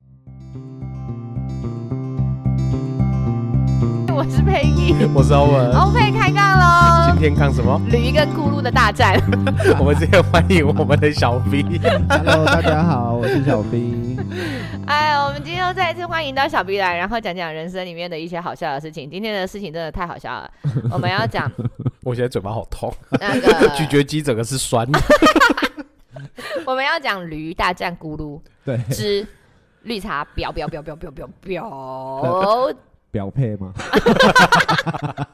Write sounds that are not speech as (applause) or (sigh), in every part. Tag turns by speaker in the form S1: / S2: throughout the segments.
S1: (laughs) 我是佩仪，
S2: (laughs) 我是欧文。
S1: 欧佩开杠喽
S2: 今！天看什么？ (laughs)
S1: 驴跟咕噜的大战， (laughs)
S2: 我们直接欢迎我们的小 V。 (laughs)
S3: Hello，大家好，我是小兵。
S1: 哎，我们今天又再一次欢迎到小 B 来，然后讲讲人生里面的一些好笑的事情。今天的事情真的太好笑
S2: (laughs)
S1: 了，我们要讲
S2: 我现在嘴巴好痛，
S1: 那个
S2: 咀嚼肌整个
S1: (laughs)
S2: 是酸的。
S1: 我们要讲驴大战咕
S2: (laughs)
S1: 噜
S3: (laughs) 对，
S1: 之绿茶婊婊婊婊婊婊婊，
S3: 表配吗？
S1: 哦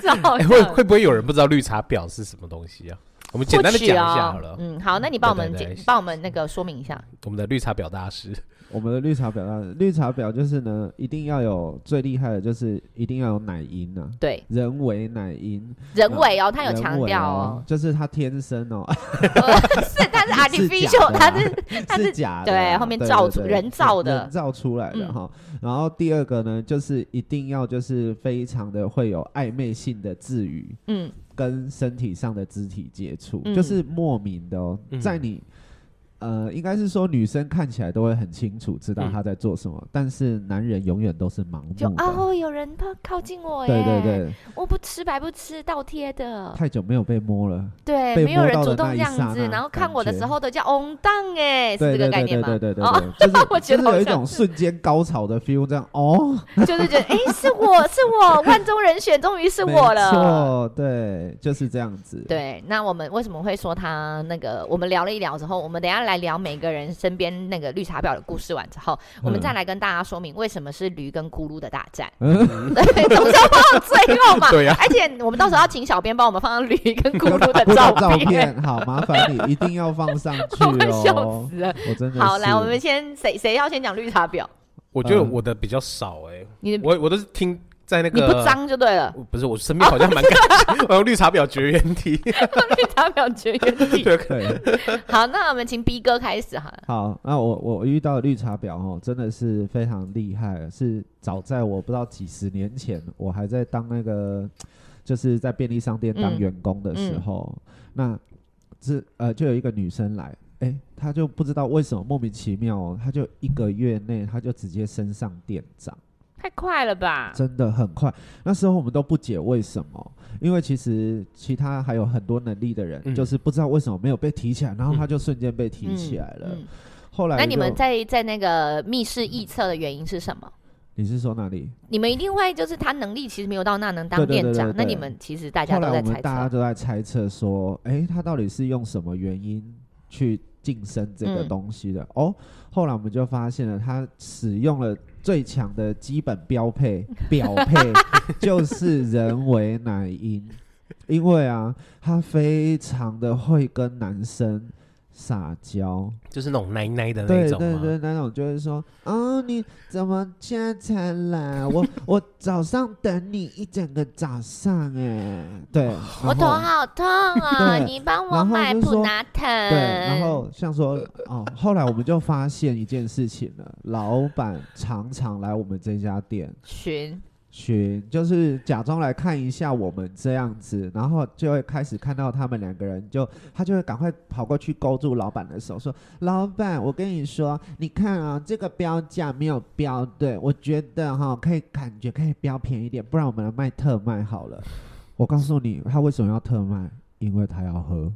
S1: 这好
S2: (laughs) 哎
S1: 笑
S2: (laughs) 会会不会有人不知道绿茶婊是什么东西啊？我们简单的讲一下
S1: 或
S2: 好了
S1: 许。哦嗯，好，那你帮我们
S2: 对对
S1: 简
S2: 对
S1: 帮我们那个说明一下。
S2: 我们的绿茶婊大师，
S1: 嗯
S3: 我们的绿茶婊大人，绿茶婊就是呢，一定要有最厉害的，就是一定要有奶音啊，
S1: 对，
S3: 人为奶音。
S1: 人为哦，他有
S3: 人
S1: 强
S3: 为
S1: 调
S3: 哦
S1: 哦，，
S3: 就是他天生哦，
S2: (laughs)
S1: 呃 (laughs) 是他 (laughs) 是
S3: (laughs)
S1: artificial，
S3: 假的
S1: 他
S3: 啊
S1: 是他是
S3: 是假的啊，
S1: 对后面
S3: 对
S1: 造出
S3: 对
S1: 人造的
S3: 人造出来的
S1: 嗯
S3: 哈。然后第二个呢，就是一定要就是非常的会有暧昧性的字语，
S1: 嗯，
S3: 跟身体上的肢体接触，
S1: 嗯
S3: 就是莫名的哦，
S2: 嗯
S3: 在你。呃，应该是说女生看起来都会很清楚知道
S2: 嗯
S3: 她在做什么，但是男人永远都是盲目
S1: 就
S3: 的。
S1: 哦，哎有人靠靠近我耶，
S3: 嗯对对，对，
S1: 我不吃白不吃，倒贴的，
S3: 太久没有被摸了。
S1: 对，
S3: 被
S1: 没有
S3: 摸
S1: 人
S3: 到
S1: 主
S3: 的
S1: 动
S3: 那
S1: 这
S3: 一刹
S1: 样子，
S3: 那
S1: 然后
S3: 感
S1: 看我的时
S3: 觉
S1: 候都叫翁当哎，是
S3: 对
S1: 这个
S3: 对
S1: 概
S3: 对
S1: 念
S3: 对
S1: 吗？
S3: 对对对
S1: 哦，
S3: 对，就
S1: (laughs)
S3: 是
S1: 我觉得
S3: 就是有一
S1: 好像
S3: 种瞬间高潮的 feel，这样哦，
S1: 就是觉得哎，是我是
S3: (laughs)
S1: 我，万中人选，终 (laughs) 于是
S3: 没
S1: 我了。
S3: 错，对，就是这样子。，
S1: 对，那我们为什么会说他那个？我们聊了一聊之后，我们等一下来聊每个人身边那个绿茶婊的故事完之后，我们
S3: 嗯
S1: 再来跟大家说明为什么是驴跟咕噜的大战。 (laughs) 对，总是要放到最后嘛。
S2: 对呀
S1: 而且我们到时候要请小编帮我们放上驴跟咕噜的
S3: 照
S1: 照
S3: (laughs)
S1: 片，
S3: 片，好，麻烦你一定要放上
S1: (laughs)
S3: 去
S1: 我快笑
S3: 哦。
S1: 死了。
S3: 我真的
S1: (laughs) 好，来，
S3: 是
S1: 我们先谁谁要先讲绿茶婊？
S2: 我觉得
S3: 嗯
S2: 我的比较少哎，
S1: 你的
S2: 我我都是听在那
S1: 你
S2: 个
S1: 不脏就对
S2: (laughs)
S1: 了，
S2: 我不是，我身边好像蛮干， (laughs) 我用绿茶婊绝缘体。 (laughs)
S1: 绿茶婊绝缘体。
S2: 对，
S3: 对。
S1: 好，那我们请 B 哥开始好了。
S3: 好，那我我遇到的绿茶婊哦，真的是非常厉害，是早在我不知道几十年前，我还在当那个就是在便利商店当
S1: 嗯
S3: 员工的时候，那这呃就有一个女生来，哎、她就不知道为什么莫名其妙哦，她就一个月内她就直接升上店长。
S1: 太快了吧？
S3: 真的很快。那时候我们都不解为什么，因为其实其他还有很多能力的人，
S2: 嗯
S3: 就是不知道为什么没有被提起来，然后他就瞬间被提起来了。
S1: 嗯嗯嗯
S3: 后来
S1: 那你们
S3: 就
S1: 在在那个密室臆测的原因是什么？
S3: 你是说哪里？
S1: 你们一定会就是他能力其实没有到那能当
S3: 对对
S1: 店
S3: 对对
S1: 长，那
S3: 对
S1: 你们其实大家
S3: 后
S1: 都
S3: 来
S1: 在
S3: 我
S1: 猜
S3: 们大家
S1: 测。
S3: 都在猜测说，诶，他到底是用什么原因去晋升这个
S1: 嗯
S3: 东西的？哦，后来我们就发现了，他使用了最强的基本标配标
S1: (laughs)
S3: 配，就是人为奶音，因为啊，他非常的会跟男生。撒娇，
S2: 就是那种奶奶的那
S3: 对
S2: 种
S3: 对
S2: 嘛。
S3: 对，那种就会说，哦，你怎么现在才来？我 (laughs) 我早上等你一整个早上，哎，对，
S2: 哦
S1: 我
S3: 然
S1: 头
S3: 后
S1: 好痛啊！
S3: (laughs) 对
S1: 你帮我
S3: 然后
S1: 买
S3: 就说
S1: 普拿疼。
S3: 对，然后像说哦，后来我们就发现一件事情了，老板常常来我们这家店
S1: 寻
S3: 巡，就是假装来看一下我们这样子，然后就会开始看到他们两个人就，他就会赶快跑过去勾住老板的手，说：“老板，我跟你说，你看啊，这个标价没有标对，我觉得哈、可以感觉可以标便宜一点，不然我们来卖特卖好了。”我告诉你，他为什么要特卖？因为他要喝。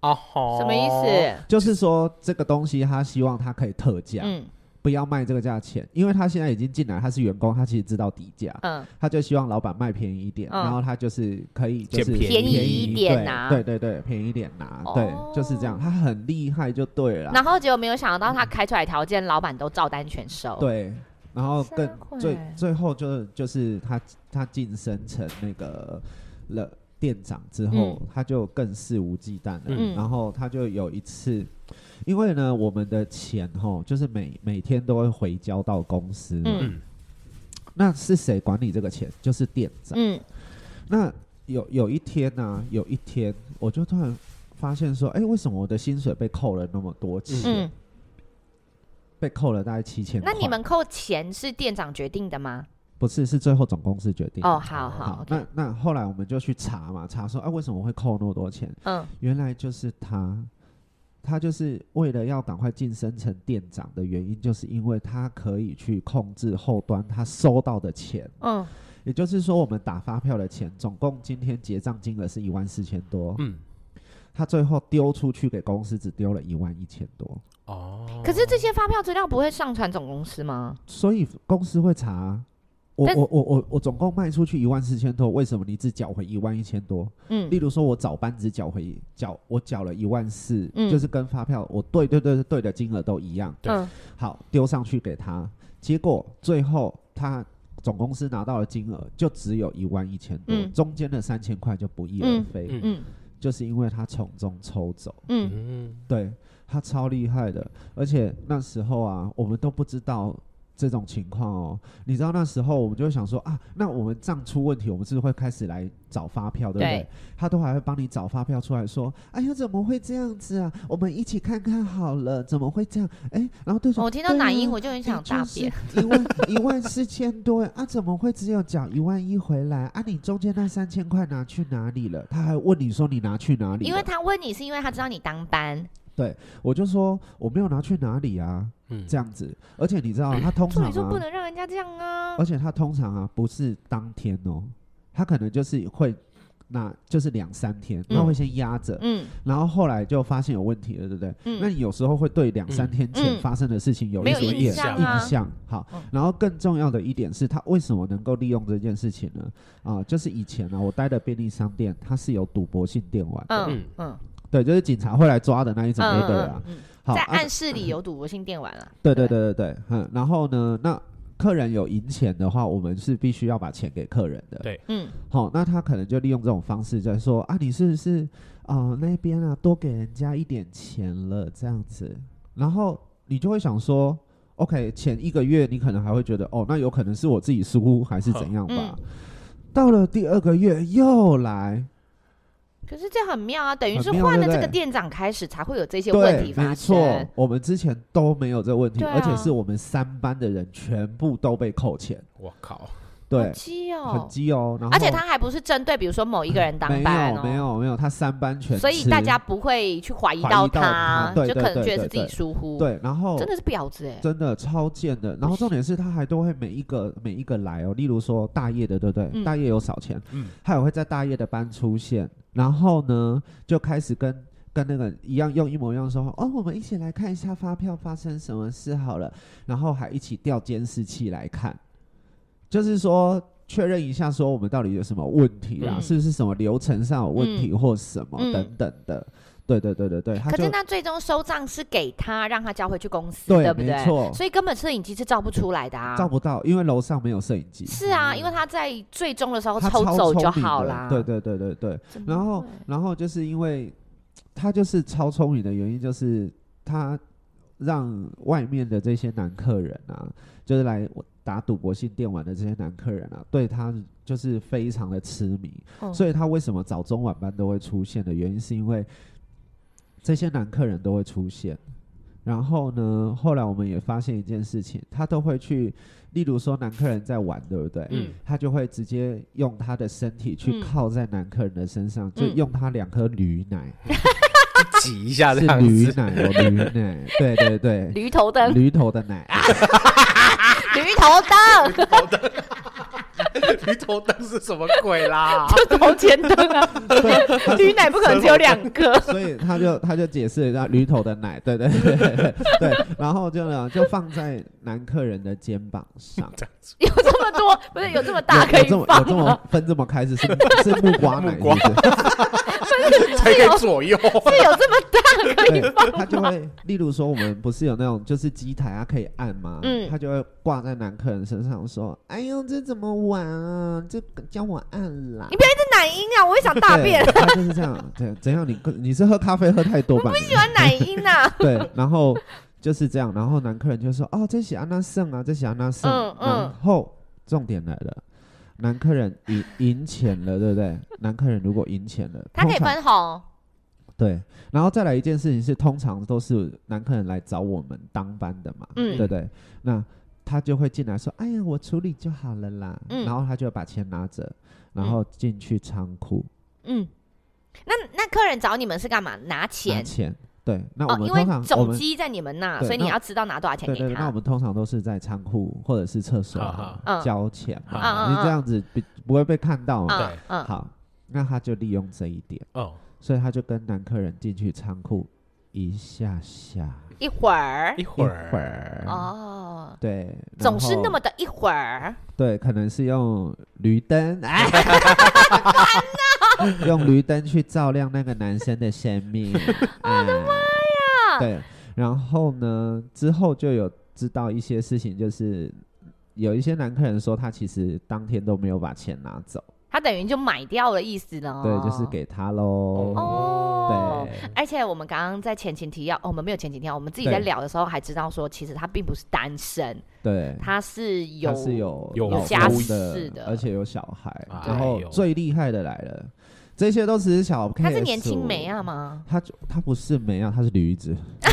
S2: 哦吼，
S1: 什么意？思？
S3: 就是说这个东西他希望他可以特价，
S1: 嗯
S3: 不要卖这个价钱，因为他现在已经进来，他是员工，他其实知道底价，
S1: 嗯，
S3: 他就希望老板卖便宜一点，
S1: 嗯
S3: 然后他就是可以就是
S2: 捡便宜便宜
S1: 一点拿
S3: 对对对，对便宜一点拿，
S1: 哦
S3: 对，就是这样，他很厉害就对啊了啦，
S1: 然后结果没有想到他开出来条件，老板都照单全
S2: 哦
S1: 收。
S3: 对。然后更
S1: 三块
S3: 最最后就是就是他他晋升成那个了店长之后，他就更肆无忌惮了。
S1: 嗯
S3: 然后他就有一次，因为呢，我们的钱吼，就是每每天都会回交到公司嘛。
S1: 嗯
S3: 那是谁管理这个钱？就是店长。
S1: 嗯
S3: 那有有一天呢、有一天我就突然发现说，哎、为什么我的薪水被扣了那么多钱？
S1: 嗯，
S3: 被扣了大概七千。
S1: 那你们扣钱是店长决定的吗？
S3: 不是，是最后总公司决定的。
S1: 哦好好 OK
S3: 那那后来我们就去查嘛，查说啊，为什么会扣那么多钱？
S1: 嗯，
S3: 原来就是他他就是为了要赶快晋升成店长的原因，就是因为他可以去控制后端他收到的钱。
S1: 嗯，
S3: 也就是说，我们打发票的钱，总共今天结账金额是一万四千多，
S2: 嗯，
S3: 他最后丢出去给公司只丢了一万一千多，
S2: 哦，
S1: 可是这些发票资料不会上传总公司吗？
S3: 所以公司会查啊。我
S1: 但
S3: 我我我我总共卖出去一万四千多，为什么你只缴回一万一千多？
S1: 嗯
S3: 例如说，我早班只缴回缴我缴了一万四、
S1: 嗯
S3: 就是跟发票我对对对对的金额都一样。
S2: 对
S1: 嗯
S3: 好，丢上去给他，结果最后他总公司拿到的金额就只有一万一千多，
S1: 嗯
S3: 中间的三千块就不翼而飞，
S2: 嗯
S1: 嗯
S3: 就是因为他从中抽走。
S1: 嗯
S2: 嗯，
S3: 对他超厉害的，而且那时候啊，我们都不知道。这种情况哦，你知道那时候我们就会想说啊，那我们账出问题，我们是不是会开始来找发票，对不对？
S1: 对
S3: 他都还会帮你找发票出来说，哎呀，怎么会这样子啊？我们一起看看好了，怎么会这样？哎，然后对手，
S1: 哦我听到
S3: 对
S1: 奶
S3: 啊
S1: 音我就很想大便。，
S3: 一万一万四千多哎啊，怎么会只有缴一万一回来啊？你中间那三千块拿去哪里了？他还问你说你拿去哪里了？
S1: 因为他问你是因为他知道你当班，
S3: 我就说我没有拿去哪里啊，
S2: 嗯
S3: 这样子。而且你知道啊，他通
S1: 助
S3: 常
S1: 理说不
S3: 啊，
S1: 能让人家这样啊
S3: 而。且他通常啊不是当天哦，他可能就是会。那就是两三天，
S1: 嗯
S3: 他会先压着，
S1: 嗯，
S3: 然后后来就发现有问题了，对不对？
S1: 嗯
S3: 那你有时候会对两三天前
S1: 嗯
S3: 发生的事情有
S1: 没
S3: 一
S1: 有
S3: 些
S1: 印
S3: 印
S1: 象
S2: 印
S1: 啊。
S3: 象。好
S1: 嗯，
S3: 然后更重要的一点是，他为什么能够利用这件事情呢？啊，就是以前呢、我待的便利商店，它是有赌博性电玩的，
S1: 嗯嗯，
S3: 对，就是警察会来抓的那一种，
S1: 嗯
S3: 对对
S1: 嗯
S3: 啊。
S1: 嗯
S3: 好，
S1: 在
S3: 啊
S1: 暗室里有赌博性电玩啊。
S3: 对对对对对，嗯，然后呢，那客人有赢钱的话，我们是必须要把钱给客人的。
S2: 对
S1: 嗯，
S3: 好、那他可能就利用这种方式，在说啊，你是不是啊、呃那边啊多给人家一点钱了这样子，然后你就会想说，OK，前一个月你可能还会觉得哦，那有可能是我自己疏忽还是怎样
S1: 嗯
S3: 吧。到了第二个月又来，
S1: 可是这很妙啊，等于
S3: 很
S1: 是
S3: 妙
S1: 换了
S3: 对
S1: 这
S3: 不
S1: 个
S3: 对
S1: 店长开始才会有这些问
S3: 对
S1: 题，发
S3: 没错
S1: 生。，
S3: 我们之前都没有这个问题，
S1: 对啊
S3: 而且是我们三班的人全部都被扣钱，
S2: 我靠， (laughs)
S3: 对
S1: 好，鸡哦
S3: 很，鸡哦。然后
S1: 而且他还不是针对比如说某一个人当班
S3: 没有没
S1: 哦。
S3: 有没有，他三班全吃，
S1: 所以大家不会去怀疑
S3: 怀疑
S1: 到
S3: 到他对
S1: 就
S3: 对
S1: 可能
S3: 对
S1: 觉得
S3: 对
S1: 是自己
S3: 对
S1: 疏忽，
S3: 对，然后
S1: 真的是婊子哎。
S3: 真的超贱的。然后重点是他还都会每一个每一个来哦，例如说大业的，对不对？
S1: 嗯
S3: 大业有少钱，
S2: 嗯
S3: 他也会在大业的班出现，然后呢就开始跟。跟那个一样，用一模一样的说哦，我们一起来看一下发票发生什么事好了，然后还一起调监视器来看，就是说确认一下，说我们到底有什么问题啊，
S1: 嗯
S3: 是不是什么流程上有问题或什么
S1: 嗯
S3: 等等的，对对对对对，他
S1: 可
S3: 就是
S1: 那最终收账是给他，让他交回去公司，
S3: 对
S1: 不
S3: 没
S1: 对？
S3: 错，
S1: 所以根本摄影机是照不出来的啊。
S3: 照不到，因为楼上没有摄影机。
S1: 是啊，因为他在最终的时候
S3: 他
S1: 哦抽
S3: 超
S1: 走
S3: 聪
S1: 就
S3: 明
S1: 好
S3: 的
S1: 啦。
S3: 对对对对对，
S1: 真的
S3: 然后
S1: 会
S3: 然后就是因为他就是超聪明的原因，就是他让外面的这些男客人啊，就是来打赌博性电玩的这些男客人啊，对他就是非常的痴迷。
S1: 嗯
S3: 所以他为什么早中晚班都会出现的原因，是因为这些男客人都会出现。然后呢，后来我们也发现一件事情，他都会去，例如说男客人在玩，对不对？
S2: 嗯
S3: 他就会直接用他的身体去
S1: 嗯
S3: 靠在男客人的身上，就
S1: 嗯
S3: 用他两颗驴 (laughs) 奶，
S2: 挤一下这
S3: 是
S2: 样 (laughs)
S3: 驴
S2: 子，
S3: 奶哦，驴奶，对对
S1: (laughs)
S3: 对，
S1: 驴头灯，
S3: 嗯驴头的奶，
S1: 啊驴头灯，
S2: 驴头灯是什么
S1: (laughs)
S2: 鬼啦？
S1: 就头前灯啊，
S3: 对，
S1: (laughs)
S3: 他
S1: 驴奶不可能只有两
S3: (laughs)
S1: 个。
S3: 所以他就他就解释一下驴头的奶，对对对对对
S1: (laughs)
S3: 对，然后就呢就放在男客人的肩膀上，
S1: 有这么多，不是有这么 (laughs) 大
S3: 有
S1: 可以
S3: 有这么
S1: 放
S3: 有这
S1: 吗
S3: 么？分这么开是是是木瓜奶，
S2: 木瓜
S3: 是不是
S2: 才可以左右，
S1: 是有这么大可以
S3: 对，他就会例如说我们不是有那种就是机台啊可以按吗？
S1: 嗯
S3: 他就会挂在男客人身上说，哎呦这怎么玩啊？这教我按啦
S1: 你。不要一直奶音啊！我也想大便，
S3: 对他就是这样，对，怎样？你你是喝咖啡喝太多吧？你
S1: 喜欢奶音啊呐。
S3: (laughs) 对，然后就是这样，然后男客人就说：“哦，这是安娜胜啊，这是安娜胜。
S1: 嗯嗯
S3: 然后重点来了，男客人赢赢钱了，对不对？男客人如果赢钱了，
S1: 他可以
S3: 通常
S1: 分红，
S3: 对，然后再来一件事情是，通常都是男客人来找我们当班的嘛，
S1: 嗯
S3: 对不对？那他就会进来说：“哎呀，我处理就好了啦。
S1: 嗯
S3: 然后他就把钱拿着，然后进去仓库
S1: 嗯。那那客人找你们是干嘛？拿
S3: 拿
S1: 钱
S3: 钱。对，那我
S1: 哦，
S3: 们
S1: 因为
S3: 通常我
S1: 总
S3: 们
S1: 机在你们那，
S3: 对
S1: 所以你
S3: 那
S1: 要知道拿多少钱
S3: 对对，
S1: 给
S3: 对那我
S1: 他。
S3: 们通常都是在仓库或者是厕所
S2: 好好
S1: 嗯
S3: 交钱
S2: 好
S3: 嘛，
S1: 嗯嗯
S3: 啊你这样子比不会被看到
S1: 嗯
S3: 嘛。
S2: 对
S1: 嗯，
S3: 好，那他就利用这一点，
S2: 哦，
S3: 所以他就跟男客人进去仓库一下下
S1: 一会儿
S2: 一会
S3: 一会
S2: 儿，啊
S3: 儿，
S1: 哦，
S3: 对，然
S1: 总是
S3: 后
S1: 那么的一会儿。
S3: 对，可能是用驴灯，
S1: (laughs)
S3: 哎，用驴灯去照亮那个男生的生命。
S1: (laughs)
S3: 我的妈呀！对，然后呢，之后就有知道一些事情，就是有一些男客人说他其实当天都没有把钱拿走，
S1: 他等于就买掉了意思呢。
S3: 对，就是给他喽。
S1: 哦。
S3: 对，
S1: 而且我们刚刚在前情提要，哦，我们没有前情提要，我们自己在
S3: 对
S1: 聊的时候还知道说，其实他并不是单身，
S3: 对。
S1: 他是有
S3: 他是有
S2: 有
S3: 老
S1: 家
S3: 公
S1: 室的
S3: 而且有小孩，
S2: 哎
S3: 然后
S2: 呦
S3: 最厉害的来了，这些都只是小 case 哦。
S1: 他是年轻梅啊吗？
S3: 他就他不是梅啊，他是驴子，
S2: (laughs)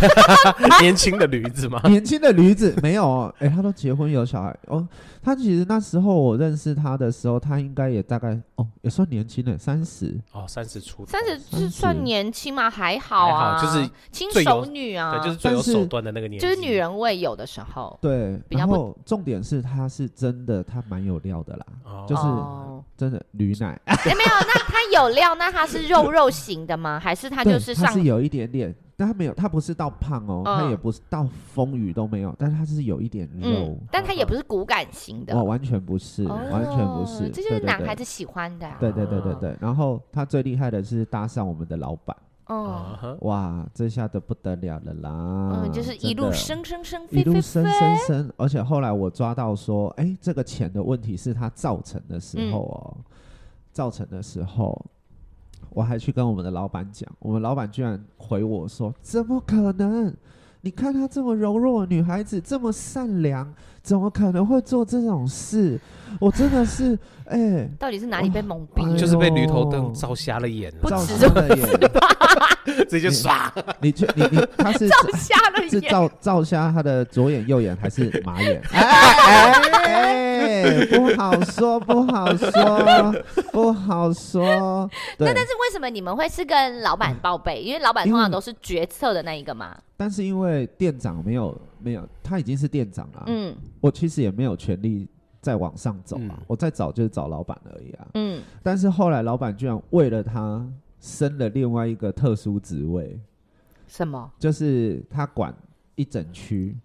S2: 年轻的驴子吗？
S3: 年轻的驴子没有哦， (laughs) 哎、他都结婚有小孩哦。他其实那时候我认识他的时候，他应该也大概哦，也算年轻的三十。
S2: 哦，三十出头，
S1: 三十
S3: 三十
S1: 是算年轻吗？还好啊，
S2: 还好就是
S1: 轻
S2: 最
S1: 熟
S2: 有
S1: 女啊，
S2: 对，就是最有手段的那个年纪，
S1: 就是女人味有的时候，
S3: 对，
S1: 比较
S3: 然
S1: 不
S3: 后重点是他是真的，他蛮有料的啦，
S2: 哦，
S3: 就是
S1: 哦
S3: 真的驴奶，
S1: 哎、没有，
S3: (laughs)
S1: 那他有料，那他是肉肉型的吗？还是他
S3: 啊对
S1: 就是
S3: 他
S1: 上
S3: 是有一点点，但他没有，他不是到胖哦，
S1: 嗯
S3: 他也不是到丰腴都没有，但是他是有一点肉
S1: 嗯，，但他也不是骨感型的，
S3: 哦，完全不是， (laughs) 完全不是，
S1: 嗯这就
S3: 对
S1: 是
S3: 对
S1: 男
S3: 对
S1: 孩子喜欢的、啊，
S3: 对对对对
S1: 哦，
S3: 对，然后他最厉害的是搭上我们的老板，
S1: 哦
S2: 啊，哈，
S3: 哇，这下的不得了了啦！
S1: 嗯，就是一
S3: 啊真
S1: 路
S3: 的
S1: 升升升
S3: 一
S1: 飞
S3: 路
S1: 飞
S3: 升
S1: 飞，
S3: 升升，而且后来我抓到说，哎、这个钱的问题是他造成的时候哦，造成的时
S1: 嗯
S3: 候，我还去跟我们的老板讲，我们老板居然回我说，怎么可能？你看她这么柔弱的女孩子，这么善良，怎么可能会做这种事？我真的是，哎、
S1: 到底是哪里被蒙 (laughs) 蔽
S3: 哎
S1: 了？
S2: 就是被驴头
S3: 呦
S2: 灯照瞎了眼
S1: (laughs) 不
S2: 了，
S3: 照
S1: 止
S3: 瞎了眼，
S2: 直接唰，
S3: 你去，你你，他
S1: (laughs)
S3: 是
S1: 照瞎了
S3: (laughs) 是
S1: 眼，
S3: 照照瞎他的左眼、右眼还是马眼？哎 (laughs) 哎哎哎，不好说，不好说，不好 (laughs) 说。对
S1: 那，但是为什么你们会是跟老板报备？因为老板通常都是决策的那一个嘛。
S3: 但是因为店长没有没有，他已经是店长了，
S1: 嗯
S3: 我其实也没有权利再往上走啊
S2: 嗯，
S3: 我再找就是找老板而已啊。
S1: 嗯，
S3: 但是后来老板居然为了他升了另外一个特殊职位，
S1: 什么？
S3: 就是他管一整区，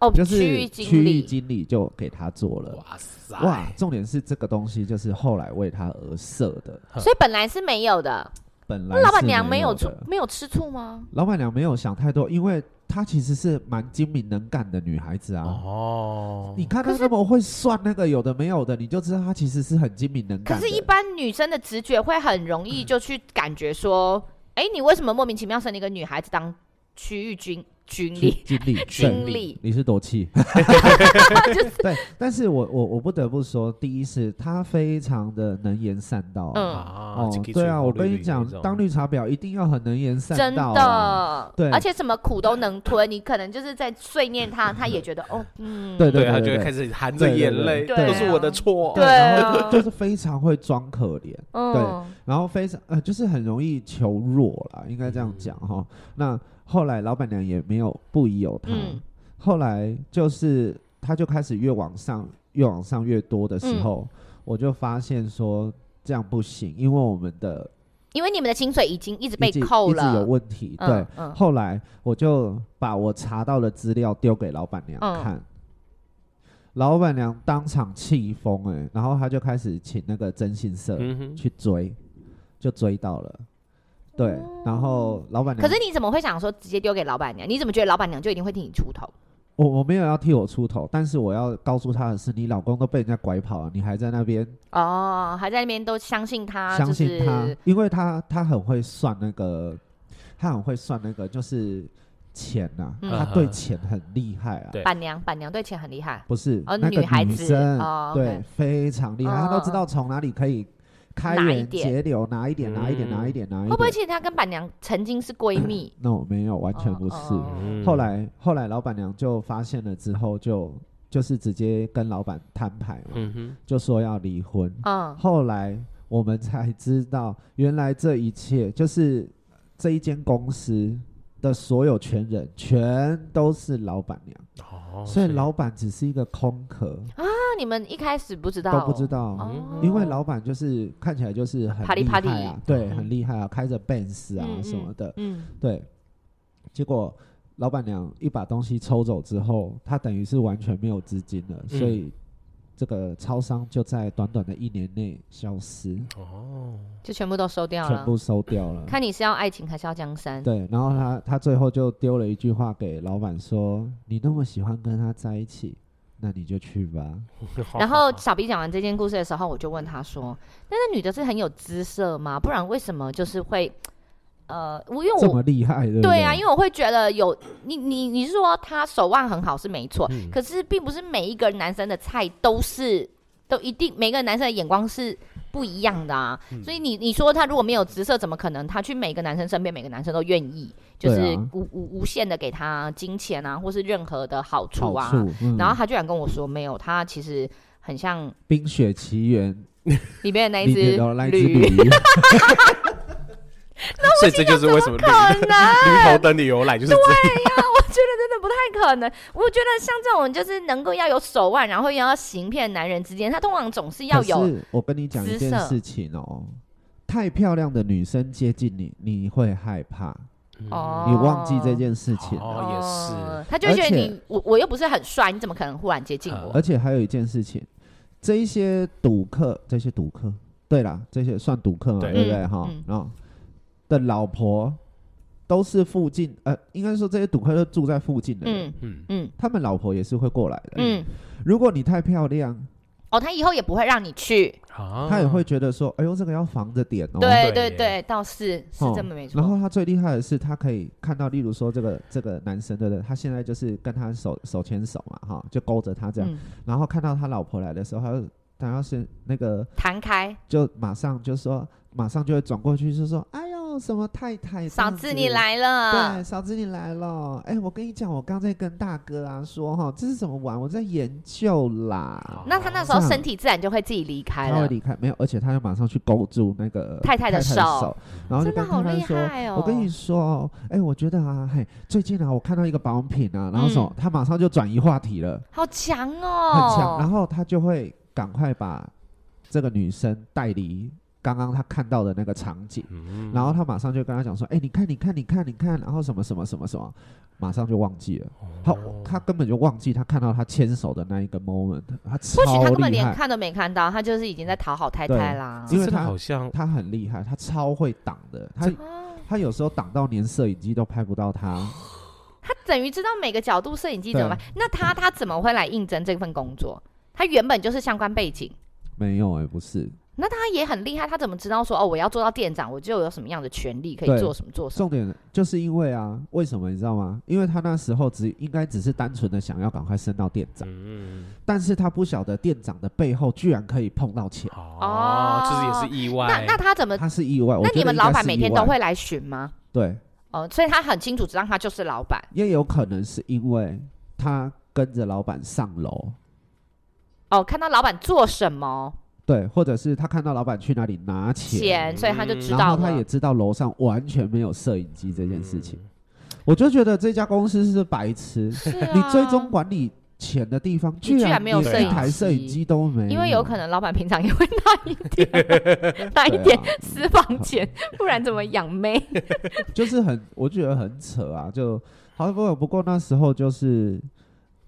S1: 哦，
S3: 就是
S1: 区域
S3: 区
S1: 经
S3: 域
S1: 理。
S3: 经理就给他做了。
S2: 哇塞，
S3: 哇，重点是这个东西就是后来为他而设的，
S1: 所以本来是没有的，
S3: 本来
S1: 那老板
S3: 是
S1: 娘没
S3: 没
S1: 有
S3: 的
S1: 醋，没有吃醋吗？
S3: 老板娘没有想太多，因为她其实是蛮精明能干的女孩子啊。
S2: 哦，
S3: 你看她那么会算那个有的没有的，你就知道她其实是很精明能
S1: 可
S3: 干的。
S1: 是，一般女生的直觉会很容易就去感觉
S3: 嗯
S1: 说，哎、你为什么莫名其妙生了一个女孩子当区域军军
S3: 经
S1: 力？
S3: 经理，
S1: 军
S3: 对，
S1: 力
S3: 你是多
S1: (laughs)
S3: 气。 (laughs) 对，但是我我我不得不说，第一是她非常的能言善道啊。
S1: 嗯
S2: 啊
S3: 哦，
S2: 这个
S3: 对啊，
S2: 水果
S3: 我跟
S2: 绿
S3: 你
S2: 绿
S3: 讲
S2: 那，种
S3: 当绿茶婊一定要很能言善
S1: 真
S3: 道啊、
S1: 的，
S3: 对
S1: 而且什么苦都能吞，你可能就是在碎念他，他也觉得
S3: (laughs)
S1: 哦，嗯，
S3: 对
S2: 对
S3: 对
S2: 他
S3: 对
S2: 就会
S3: 对
S2: 开始含着
S3: 对对
S2: 眼
S3: 对
S2: 泪，
S1: 对
S2: 都
S1: 对
S2: 是我的错，
S1: 对
S3: 然
S1: 啊
S3: 后就是非常会装可怜，
S1: 嗯，
S3: 然后非常呃，就是很容易求弱啦，应该这样
S1: 嗯
S3: 讲哈。那后来老板娘也没有不疑有他，
S1: 嗯
S3: 后来就是他就开始越往上越往上越多的时候，
S1: 嗯
S3: 我就发现说这样不行，因为我们的
S1: 因为你们的薪水已经一直被
S3: 一直
S1: 扣
S3: 一直有
S1: 了，
S3: 问题，
S1: 嗯
S3: 对。
S1: 嗯
S3: 后来我就把我查到的资料丢给老板娘
S1: 嗯
S3: 看，老板娘当场气疯哎，然后她就开始请那个征信社
S2: 嗯哼，
S3: 去追，就追到了。对，然后老板娘，
S1: 哦可是你怎么会想说直接丢给老板娘？你怎么觉得老板娘就一定会替你出头？
S3: 我我没有要替我出头，但是我要告诉她的是，你老公都被人家拐跑了，你还在那边
S1: 哦，还在那边都相信他，
S3: 相信他，
S1: 啊就是
S3: 因为他他很会算那个，他很会算那个就是钱呐、
S1: 嗯
S3: 他对钱很厉害啊。
S2: 对
S1: 板娘，板娘对钱很厉害，
S3: 不是、
S1: 哦
S3: 那个
S1: 女孩子
S3: 生，
S1: 哦
S3: 对
S1: OK
S3: 非常厉害，
S1: 嗯
S3: 她都知道从哪里可以开
S1: 哪一
S3: 源
S1: 点
S3: 节流，哪一点，哪一点，
S2: 嗯
S3: 哪一点，哪一点。
S1: 会不会其实她跟板娘曾经是闺
S3: (clears throat)
S1: 蜜？
S3: 那我没有，完全不是。
S1: 哦哦
S2: 嗯
S3: 后来后来老板娘就发现了之后就，就是直接跟老板摊牌嘛，
S2: 嗯哼，
S3: 就说要离婚。
S1: 嗯，
S3: 后来我们才知道，原来这一切就是这一间公司的所有权人全都是老板娘，
S2: 哦，
S3: 所
S2: (laughs)
S3: 以老板只是一个空壳，
S1: 那你们一开始不知道、
S3: 都
S1: 哦，
S3: 不知道。
S1: 哦，
S3: 因为老板就是看起来就是很
S1: 啪里
S3: 厉
S1: 啪
S3: 害
S1: 里
S3: 啊，对，
S1: 嗯
S3: 很厉害啊，开着 Benz 啊
S1: 嗯嗯
S3: 什么的，
S1: 嗯，
S3: 对。结果老板娘一把东西抽走之后，她等于是完全没有资金了，
S2: 嗯
S3: 所以这个超商就在短短的一年内消失，
S2: 哦，
S1: 就全部都收掉
S3: 全
S1: 了。
S3: 部收掉了。
S1: 看你是要爱情还是要江山？
S3: 对，然后他他最后就丢了一句话给老板说：“你那么喜欢跟他在一起，那你就去吧。
S1: 然后小 B 讲完这件故事的时候，我就问他说：“那那女的是很有姿色吗？不然为什么就是会，呃，我因为”
S3: 这
S1: 我
S3: 么厉害，对不
S1: 对啊，因
S3: 为
S1: 为我会觉得有你你你是说她手腕很好是没错，
S2: 嗯
S1: 可是并不是每一个男生的菜都是都一定每个男生的眼光是不一样的啊，
S3: 嗯
S1: 所以你你说他如果没有姿色，怎么可能他去每个男生身边，每个男生都愿意就是
S3: 对啊
S1: 无无无限的给他金钱啊，或是任何的好处
S3: 好
S1: 啊？
S3: 处，嗯、
S1: 然后他居然跟我说没有，他其实很像
S3: 《冰雪奇缘》
S1: 里面的那一
S3: 里
S1: 只
S3: 面的那一只
S1: 驴， (laughs)
S3: (laughs) 驴，
S2: 所以这就是为什么
S1: 可能。
S2: 驴头灯的由来就是这
S1: 我觉得真的不太可能。我觉得像这种就是能够要有手腕，然后又要行骗的男人之间，他通常总是要
S3: 可
S1: 有
S3: 是我跟你讲一
S1: 姿
S3: 件
S1: 色
S3: 事情哦，太漂亮的女生接近你，你会害怕，
S2: 样。
S1: 哦，
S3: 你忘记这件事情。
S2: 哦也是
S1: 哦他就会觉得
S3: 而且
S1: 你我我又不是很帅，你怎么可能忽然接近我？
S3: 而且还有一件事情，这一些赌客，这些赌客，对啦，这些算赌客嘛，
S2: 对
S3: 对不对
S1: 嗯
S3: 哈
S1: 嗯？
S3: 然后的老婆都是附近，呃，应该说这些赌客都住在附近的人，
S1: 嗯
S2: 嗯，
S1: 嗯
S3: 他们老婆也是会过来的。
S1: 嗯，
S3: 如果你太漂亮，
S1: 哦，他以后也不会让你去。
S2: 啊
S3: 他也会觉得说，哎呦，这个要防着点哦。
S1: 哦对
S2: 对
S1: 对
S2: 耶
S1: 对，倒是是
S3: 哦
S1: 这么没
S3: 然后
S1: 错。
S3: 他最厉害的是，他可以看到，例如说这个这个男生对不对？他现在就是跟他手手牵手嘛，哈，就勾着他这样。
S1: 嗯，
S3: 然后看到他老婆来的时候，他就他要是那个
S1: 弹开，
S3: 就马上就说，马上就会转过去就说：“哎呦，什么太太，
S1: 嫂子你。”来了
S3: 对，，嫂子你来了。哎、我跟你讲，我刚在跟大哥啊说哈，这是什么玩？我在研究啦。
S1: 那他那时候身体自然就会自己离开
S3: 他会
S1: 了。
S3: 离开没有？而且他就马上去勾住那个
S1: 太太
S3: 太
S1: 的
S3: 手，
S1: 手
S3: 然后就
S1: 真的
S3: 跟太
S1: 好
S3: 太
S1: 厉
S3: 说：“
S1: 害哦！
S3: 我跟你说哦，哎、我觉得啊，嘿，最近啊，我看到一个保养品啊，然后什么，他马上就转移话题了，
S1: 好强
S3: 很
S1: 嗯哦，
S3: 强，然后他就会赶快把这个女生带离刚刚他看到的那个场景，
S2: 嗯
S3: 然后他马上就跟他讲说，哎、你看，你看，你看，你看，然后什么什么什么什么，马上就忘记了，
S2: 哦
S3: 他
S1: 嗯
S3: 他根本就忘记他看到他牵手的那一个 moment，他
S1: 或许他
S3: 超
S1: 根本
S3: 厉
S1: 连
S3: 害，
S1: 看都没看到，他就是已经在讨好太太啦。
S3: 因为
S2: 真的
S3: 他
S2: 好像
S3: 他很厉害，他超会挡的，他
S1: 哦
S3: 他有时候挡到连摄影机都拍不到他。
S1: 他等于知道每个角度摄影机怎么办。那他他怎么会来应征这份工作？他原本就是相关背景，
S3: 没有哎、不是，
S1: 那他也很厉害。他怎么知道说哦，我要做到店长，我就有什么样的权利可以
S3: 对
S1: 做什么做什么？
S3: 重点就是因为啊，为什么你知道吗？因为他那时候只应该只是单纯的想要赶快升到店长，
S2: 嗯，
S3: 但是他不晓得店长的背后居然可以碰到钱，
S2: 哦，就是也是意
S1: 那
S2: 外。
S1: 那他怎么？
S3: 他是意外。我
S1: 那
S3: 觉得
S1: 你们
S3: 应该
S1: 老板
S3: 是
S1: 每
S3: 意
S1: 天都
S3: 外
S1: 会来巡吗？
S3: 对，
S1: 哦，所以他很清楚知道他就是老板
S3: 也有可能是因为他跟着老板上楼，
S1: 哦，看到老板做什么
S3: 对，或者是他看到老板去哪里拿钱，
S1: 钱，所以他就知
S3: 然
S1: 道
S3: 后他
S1: 了
S3: 也。知道楼上完全没有摄影机这件事
S1: 嗯
S3: 情，我就觉得这家公司是白痴。
S1: 是啊
S3: 你追踪管理钱的地方，
S1: 居
S3: 居
S1: 然没有
S3: 连
S2: 摄
S3: 一
S2: 影
S3: 台摄
S1: 机
S3: 影机都没，
S1: 因为有可能老板平常也会拿一点
S3: (laughs)
S1: 拿一点
S3: 对啊
S1: 私房钱，不然怎么养妹？
S3: 就是很，我觉得很扯啊。就好不过不过那时候就是，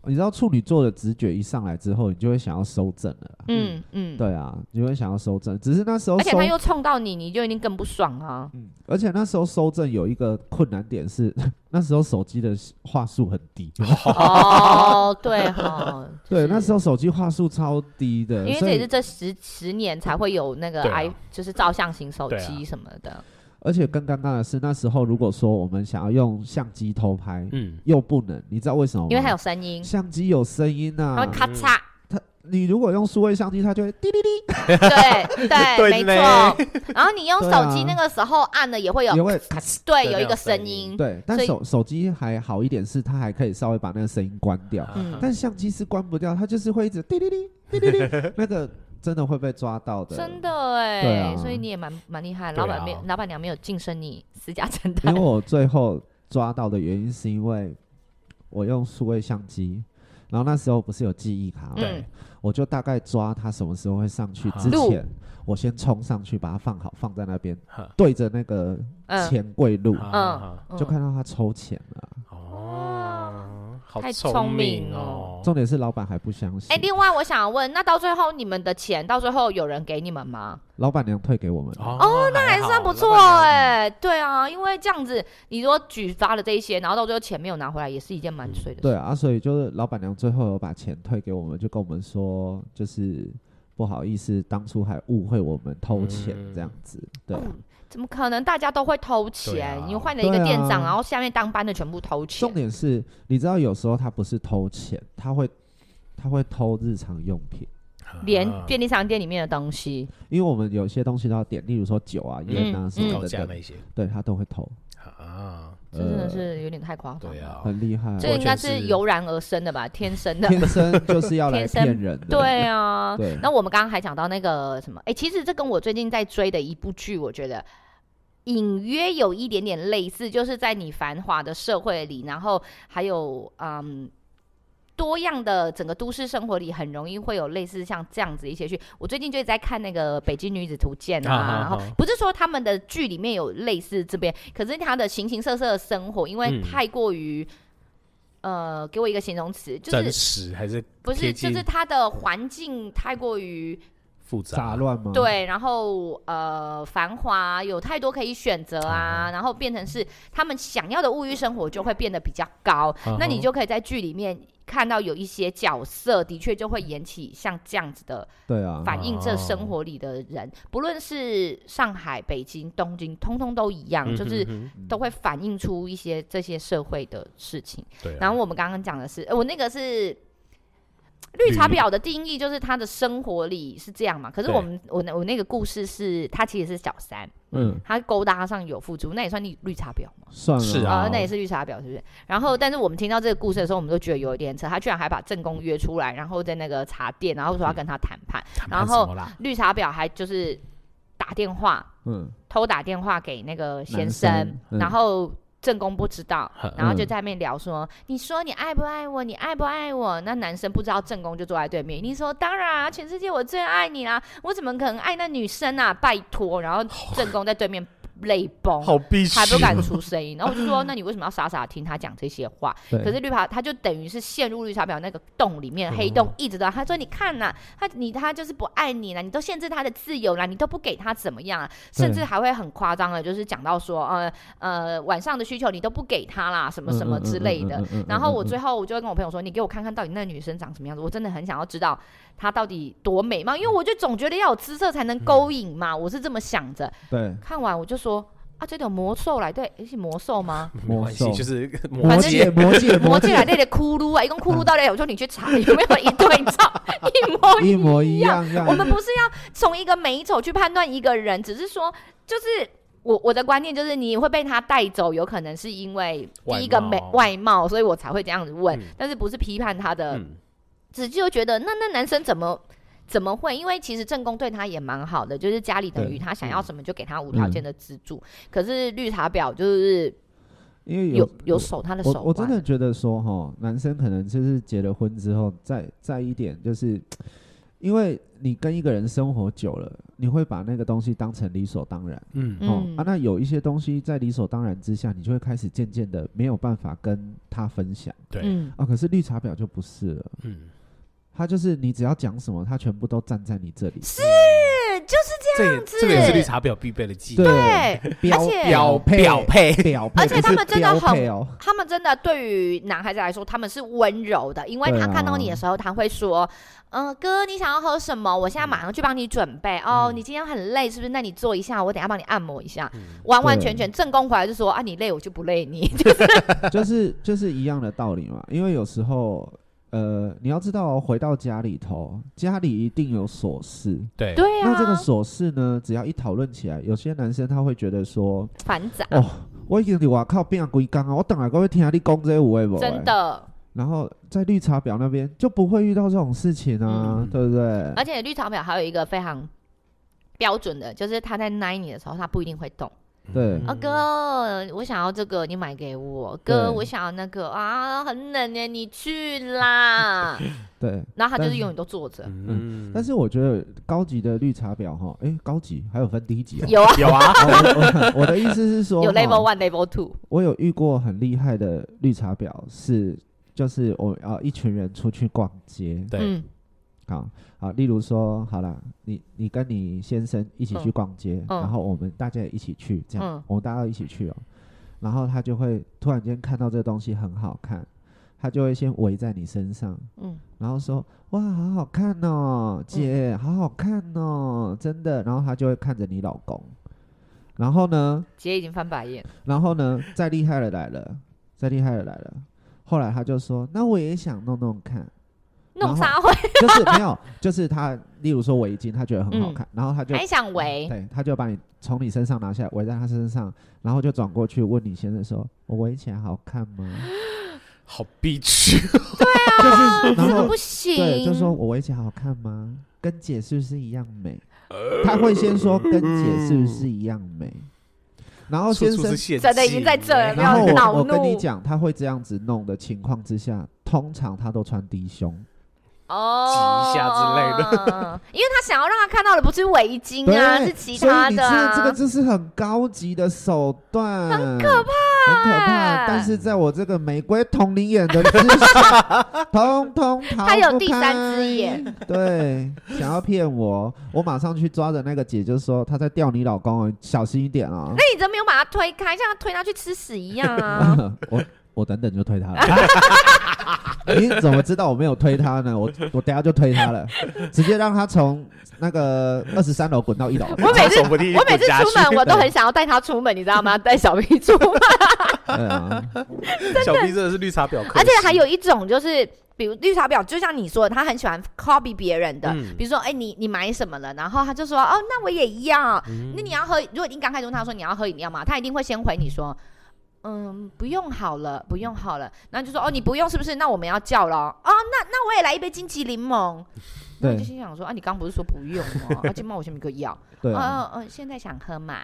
S3: 你知道处女座的直觉一上来之后，你就会想要收正了啊。
S1: 嗯嗯，
S3: 对啊，你会想要收正，只是那时候
S1: 而且
S3: 收
S1: 他，又冲到你，你就一定更不爽啊。
S3: 嗯，而且那时候收正有一个困难点是， (laughs) 那时候手机的话术很低，
S1: 哦，对哈，
S3: 对，那时
S1: 候。
S3: 候手机话术超低的，
S1: 因为
S3: 所
S1: 这也
S3: 以
S1: 是这十十年才会有那个
S2: 对啊
S1: i，、就是照相型手
S2: 对啊
S1: 机什么的，
S3: 而且更尴尬的是，那时候如果说我们想要用相机偷拍，
S2: 嗯，
S3: 又不能，你知道为什么吗？
S1: 因为它有声音，
S3: 相机有声音呐、
S1: 它会咔嚓，
S3: 它你如果用数位相机，它就会滴滴滴，
S1: 对对，
S2: 对
S1: 没错。然后你用手机
S3: 对啊
S1: 那个时候按了也会有，(laughs)
S3: 也会咔哧。
S1: 对，
S2: 对
S1: 有一个
S2: 那种
S1: 声
S2: 声音
S1: 音，
S3: 对，但
S1: 所以
S3: 手手机还好一点，是它还可以稍微把那个声音关掉，
S1: 嗯
S3: 但相机是关不掉，它就是会一直滴滴滴滴滴滴，
S1: (laughs)
S3: 那个真的会被抓到的。
S1: 真，的
S3: 对
S1: 哎、
S3: 啊
S1: 所以你也蛮蛮厉害，
S2: 对啊
S1: 老板没、老板娘没有晋升你私家侦
S3: 因
S1: 探
S3: 为，我最后抓到的原因是因为我用数位相机，然后那时候不是有记忆卡吗？
S1: 嗯
S2: 对，
S3: 我就大概抓它什么时候会上去
S2: 啊
S3: 之
S1: 录
S3: 前，我先冲上去把它放好，放在那边
S2: 哈，
S3: 对着那个
S1: (laughs) 嗯哦
S3: 钱柜录，
S2: 啊
S1: 嗯
S2: 啊，
S1: 嗯
S3: 就看到他抽钱了。
S2: 哦，好
S1: 太
S2: 聪
S1: 聪
S2: 明
S1: 明
S2: 哦，
S3: 重点是老板还不相信
S1: 哎、，另外我想问，那到最后你们的钱到最后有人给你们吗？
S3: 老板娘退给我们。
S2: 哦，那
S1: 还算不错哎、对啊，因为这样子，你说举发了这一些，然后到最后钱没有拿回来，也是一件蛮衰的事。
S3: 对啊，所以就是老板娘最后有把钱退给我们，就跟我们说，就是不好意思，当初还误会我们偷钱
S2: 嗯
S3: 这样子。对啊，
S1: 嗯怎么可能大家都会偷
S2: 对
S1: 钱？
S2: 啊
S1: 你换了一个
S3: 对啊
S1: 店长，然后下面当班的全部偷钱
S3: 重。点是，你知道有时候他不是偷钱，他会他会偷日常用品，
S2: 啊
S3: 啊
S1: 连便利商店里面的东西，
S3: 因为我们有些东西都要点，例如说酒啊、烟啊
S1: 嗯
S3: 什么
S2: 高
S3: 的
S2: 价
S3: 等
S2: 那
S3: 等，
S2: 一些
S3: 对他都会偷，
S2: 啊，
S1: 这真的是有点太夸张。
S2: 对，啊，
S3: 很厉呃害啊。
S1: 这应该
S2: 完
S1: 是
S2: 全是
S1: 油然而生的吧，天生的。
S3: 天生就是要来
S1: 天生
S3: 骗人的。
S1: 对
S3: (laughs)
S1: 啊，
S2: 嗯
S3: 对
S1: 那我们刚刚还讲到那个什么，哎、其实这跟我最近在追的一部剧，我觉得隐约有一点点类似，就是在你繁华的社会里，然后还有嗯。多样的整个都市生活里，很容易会有类似像这样子一些剧。我最近就一直在看那个《北京女子图鉴》啊，
S2: 啊啊啊
S1: 然后不是说他们的剧里面有类似这边，可是他的形形色色的生活，因为
S2: 嗯
S1: 太过于、呃，给我一个形容词，就是
S2: 真实还是
S1: 不是，
S2: 贴
S1: 就
S2: 近
S1: 是它的环境太过于
S2: 复
S3: 杂
S2: 杂？
S3: 乱吗？，
S1: 对，然后呃繁华，有太多可以选择
S2: 哦
S1: 啊，然后变成是他们想要的物欲生活就会变得比较高，
S2: 嗯
S1: 那你
S2: 哼
S1: 就可以在剧里面。看到有一些角色的确就会引起像这样子的
S3: 对啊，
S1: 反映，这生
S2: 哦
S1: 活里的人，不论是上海、北京、东京，通通都一样，
S2: 嗯
S1: 就
S2: 哼
S1: 是
S2: 哼
S1: 都会反映出一些这些社会的事情。
S2: 对啊，
S1: 然后我们刚刚讲的是，呃我那个是绿茶婊的定义，就是她的生活里是这样嘛。可是
S2: 对
S1: 我们我那我那个故事是，她其实是小三，
S3: 嗯，
S1: 她勾搭上有付出，那也算绿绿茶婊嘛。
S3: 算了，
S2: 是啊嗯
S1: 啊，那也是绿茶婊，是不是？然后，但是我们听到这个故事的时候，我们都觉得有一点扯。她居然还把正宫约出来，然后在那个茶店，然后
S2: 嗯
S1: 说要跟他谈判。
S2: 谈
S1: 然
S2: 判
S1: 后
S2: 什么啦
S1: 绿茶婊还就是打电话，
S3: 嗯，
S1: 偷打电话给那个先
S3: 男
S1: 生，
S3: 生嗯
S1: 然后正宫不知道，
S2: 呵
S1: 然后就
S3: 嗯
S1: 在那边聊说，你说你爱不爱我？你爱不爱我？那男生不知道，正宫就坐在对面，你说当然啊，全世界我最爱你啦、我怎么可能爱那女生啊？拜托！然后正宫在对面泪崩，
S2: 好必须，
S1: 还不敢
S3: 哦
S1: 出声音。然后我就说，那你为什么要傻傻听他讲这些话？
S3: 对，
S1: 可是绿茶，他就等于是陷入绿茶婊那个洞里面，
S2: 嗯
S1: 黑洞一直都在。他说：“你看呐、他你他就是不爱你了，你都限制他的自由了，你都不给他怎么样啊？
S3: 对
S1: 甚至还会很夸张的，就是讲到说，呃呃，晚上的需求你都不给他啦，什么什么之类的。
S3: 嗯。嗯嗯嗯嗯嗯
S1: 然后我
S3: 嗯
S1: 最后我就会跟我朋友说：“你给我看看到底那女生长什么样子，我真的很想要知道她到底多美貌，因为我就总觉得要有姿色才能勾引嘛，我是这么想着。
S3: 对，
S1: 看完我就说：啊，这种魔兽来对，诶是魔兽吗？
S2: 没关系
S3: (laughs) 魔，兽
S2: 就是
S3: 魔
S2: 摩
S1: 正
S3: 戒
S2: 羯，
S3: 魔戒
S1: 魔界
S3: 戒
S1: 来，那的骷髅啊，一共骷髅到底，我说你去查有没有一对照一模
S3: 一
S1: 一
S3: 模一样样。
S1: 我们不是要从一个美丑去判断一个人，只是说，就是我我的观念就是你会被他带走，有可能是因为第一个美
S2: 外貌
S1: 外貌，所以我才会这样子问，
S2: 嗯
S1: 但是不是批判他的，
S2: 嗯
S1: 只是就觉得那那男生怎么？怎么会？因为其实正宫对他也蛮好的，就是家里等于
S3: 对嗯
S1: 他想要什么就给他无条件的资助。可是绿茶婊就是
S3: 因为
S1: 有
S3: 有
S1: 有手他的手
S3: 嗯我我
S1: 腕
S3: 真的觉得说哈，男生可能就是结了婚之后，再再一点就是，因为你跟一个人生活久了，你会把那个东西当成理所当然。
S2: 嗯，
S3: 哦
S1: 嗯
S3: 啊，那有一些东西在理所当然之下，你就会开始渐渐的没有办法跟他分享
S2: 对，
S1: 嗯
S3: 啊。可是绿茶婊就不是了，
S2: 嗯，
S3: 他就是你只要讲什么，他全部都站在你这里。是，
S1: 是就是
S2: 这也
S1: 子
S2: 这个也是绿茶婊必备的技能，
S3: 嗯对，标
S1: 而且
S2: 表
S3: 配
S2: 表配，
S3: 表配，
S1: 而且
S3: 不是
S1: 他们真的
S3: 标
S1: 很
S3: 配哦，
S1: 他们真的对于男孩子来说，他们是温柔的，因为
S3: 对
S1: 他
S3: 啊
S1: 看到你的时候，他会说：“嗯、哥，你想要喝什么？我现在马上去帮你准备。哦，
S2: 嗯
S1: 你今天很累是不是？那你坐一下，我等一下帮你按摩一下。
S2: 嗯
S1: 完完全全正宫回来就说：“啊，你累我就不累
S3: (laughs)
S1: 你。
S3: 就是就是一样的道理嘛。因为有时候，呃，你要知道哦，回到家里头，家里一定有琐事。
S2: 对
S1: 对
S3: 那这个
S1: 啊，
S3: 琐事呢，只要一讨论起来，有些男生他会觉得说
S1: 反杂，：“
S3: 哦，我已经在外靠变龟缸啊，我等下各位听下你讲这五位
S1: (laughs)
S3: 不？”
S1: 真。的。
S3: 然后在绿茶婊那边就不会遇到这种事情啊，
S2: 嗯
S3: 对不对？
S1: 而且绿茶婊还有一个非常标准的，就是他在奶你的时候，他不一定会动，
S3: 对
S1: 啊哥，我想要这个，你买给我。
S3: 对
S1: 哥，我想要那个啊，很冷哎，你去啦。 (laughs)
S3: 对。
S1: 然后他
S3: 但
S1: 就是
S3: 是
S1: 永远都坐着。
S2: 嗯
S3: 但是我觉得高级的绿茶婊哈，哎，高级还有分低级哦。
S1: 有啊，
S2: (laughs) 有啊，
S3: 哦我我我的意思是说，
S1: 有 level
S3: 哈
S1: one、level two。
S3: 我有遇过很厉害的绿茶婊，是就是我啊一群人出去逛街，
S2: 对，
S1: 嗯，
S3: 好好，例如说，好啦，你你跟你先生一起去逛街，
S1: 嗯
S3: 然后我们大家也一起去，这样、
S1: 嗯
S3: 我们大家一起去哦，然后他就会突然间看到这东西很好看，他就会先围在你身上，
S1: 嗯，
S3: 然后说哇，好好看哦，姐，好好看哦，真的，然后他就会看着你老公，然后呢，
S1: 姐已经翻白眼。
S3: 然后呢，再厉害的来了，再厉害的来了。后来他就说：“那我也想弄弄看，
S1: 弄
S3: 然后
S1: 啥会？
S3: 就是没有， (laughs) 就是他，例如说围巾，他觉得很好看，然后他就
S1: 还想哎围？
S3: 对，他就把你从你身上拿下来，围在他身上，然后就转过去问你先生说：‘我围起来好看吗
S2: 好必 (laughs) 须，？’
S3: 就是，然
S1: 哦这个
S3: 后
S1: 不行。
S3: 对，就说我围起来好看吗？跟姐是不是一样美？他会先说跟姐是不是一样美，然后先
S2: 处处
S3: 生
S2: 是陷
S1: 真的已经
S2: 阱
S1: 在这了
S2: 欸
S1: 不
S3: 然
S1: 要
S3: 后
S1: 恼
S3: 我我跟
S1: 怒
S3: 你讲，他会这样子弄的情况之下，通常他都穿低胸。
S1: 哦，
S2: 挤一下之
S1: 类的。 (laughs) 因为他想要让他看到的不是围巾啊，
S3: 对
S1: 是其他的啊。
S3: 所以你这这个就是很高级的手段，很可怕，很可怕。但是在我这个玫瑰同龄眼的之下， (laughs) 通通逃
S1: 他有
S3: 不
S1: 第三
S3: 开
S1: 只眼，
S3: 对，想要骗我，我马上去抓着那个姐，就说她在钓你老公哦，小心一点哦。
S1: 那你怎么没有把他推开，像他推他去吃屎一样
S3: (laughs)
S1: 啊？
S3: 我我等等就推他了。
S2: (laughs)
S3: 你怎么知道我没有推他呢？我我等下就推他了，直接让他从那个二十三楼滚到一楼。
S1: 我每次
S2: 手不定
S1: 我每次
S2: 滚下
S1: 出
S2: 去
S1: 门，我都很想要带他出门，你知道吗？带小 B 出门，
S2: (laughs)
S3: 对啊，
S2: 小 B 真的是绿茶婊，
S1: 而且还有一种就是。比如绿茶婊，就像你说的，他很喜欢 copy 别人的。
S2: 嗯
S1: 比如说，哎、你你买什么了？然后他就说，哦，那我也一样。
S3: 嗯
S1: 那你要喝，如果你刚开始问他说你要喝饮料吗？他一定会先回你说，嗯，不用好了，不用好了。然后就说，哦，你不用是不是？那我们要叫了哦。哦那那我也来一杯金桔柠檬。那你就
S3: 对
S1: 心想说，啊，你刚不是说不用
S3: (laughs)
S1: 吗？啊，金毛我先没个要。
S3: 对
S1: 哦
S3: 啊，
S1: 哦哦，现在想喝
S3: (laughs)
S1: 嘛？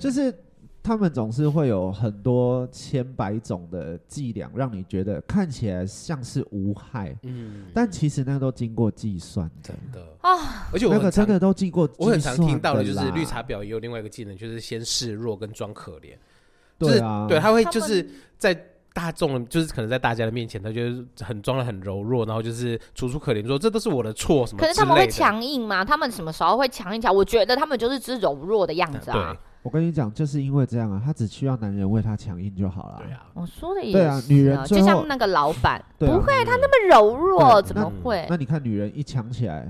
S3: 就是他们总是会有很多千百种的伎俩，让你觉得看起来像是无害，
S2: 嗯，
S3: 但其实那都经过计算的
S2: 真，的，
S1: 哦，
S2: 而且我
S3: 那
S2: 很
S3: 个真
S2: 常
S3: 的都经过计
S2: 我很常听
S3: 算
S2: 到的就
S3: 啦
S2: 是绿茶，婊也有另外一个技能，就是先示弱跟装可怜，就
S3: 对
S2: 是
S3: 啊，
S2: 对，他会
S1: 他
S2: 就
S1: 们
S2: 是在大众的，就是可能在大家的面前，他就是很装的很柔弱，然后就是楚楚可怜说这都是我的错什么之
S1: 可
S2: 类的。
S1: 是他们会强硬吗？他们什么时候会强硬起来？我觉得他们就是只柔弱的样子啊
S2: 对。
S3: 我跟你讲，就是因为这样啊，他只需要男人为他强硬就好了。
S2: 对啊，
S1: 我说的也是、哦
S3: 对啊女人最
S1: 就
S3: 后
S1: 像那个老板，
S3: 对啊
S1: 不会他那么柔弱，
S3: 对
S1: 哦
S3: 嗯
S1: 怎么会
S3: 那你看女人一强起来，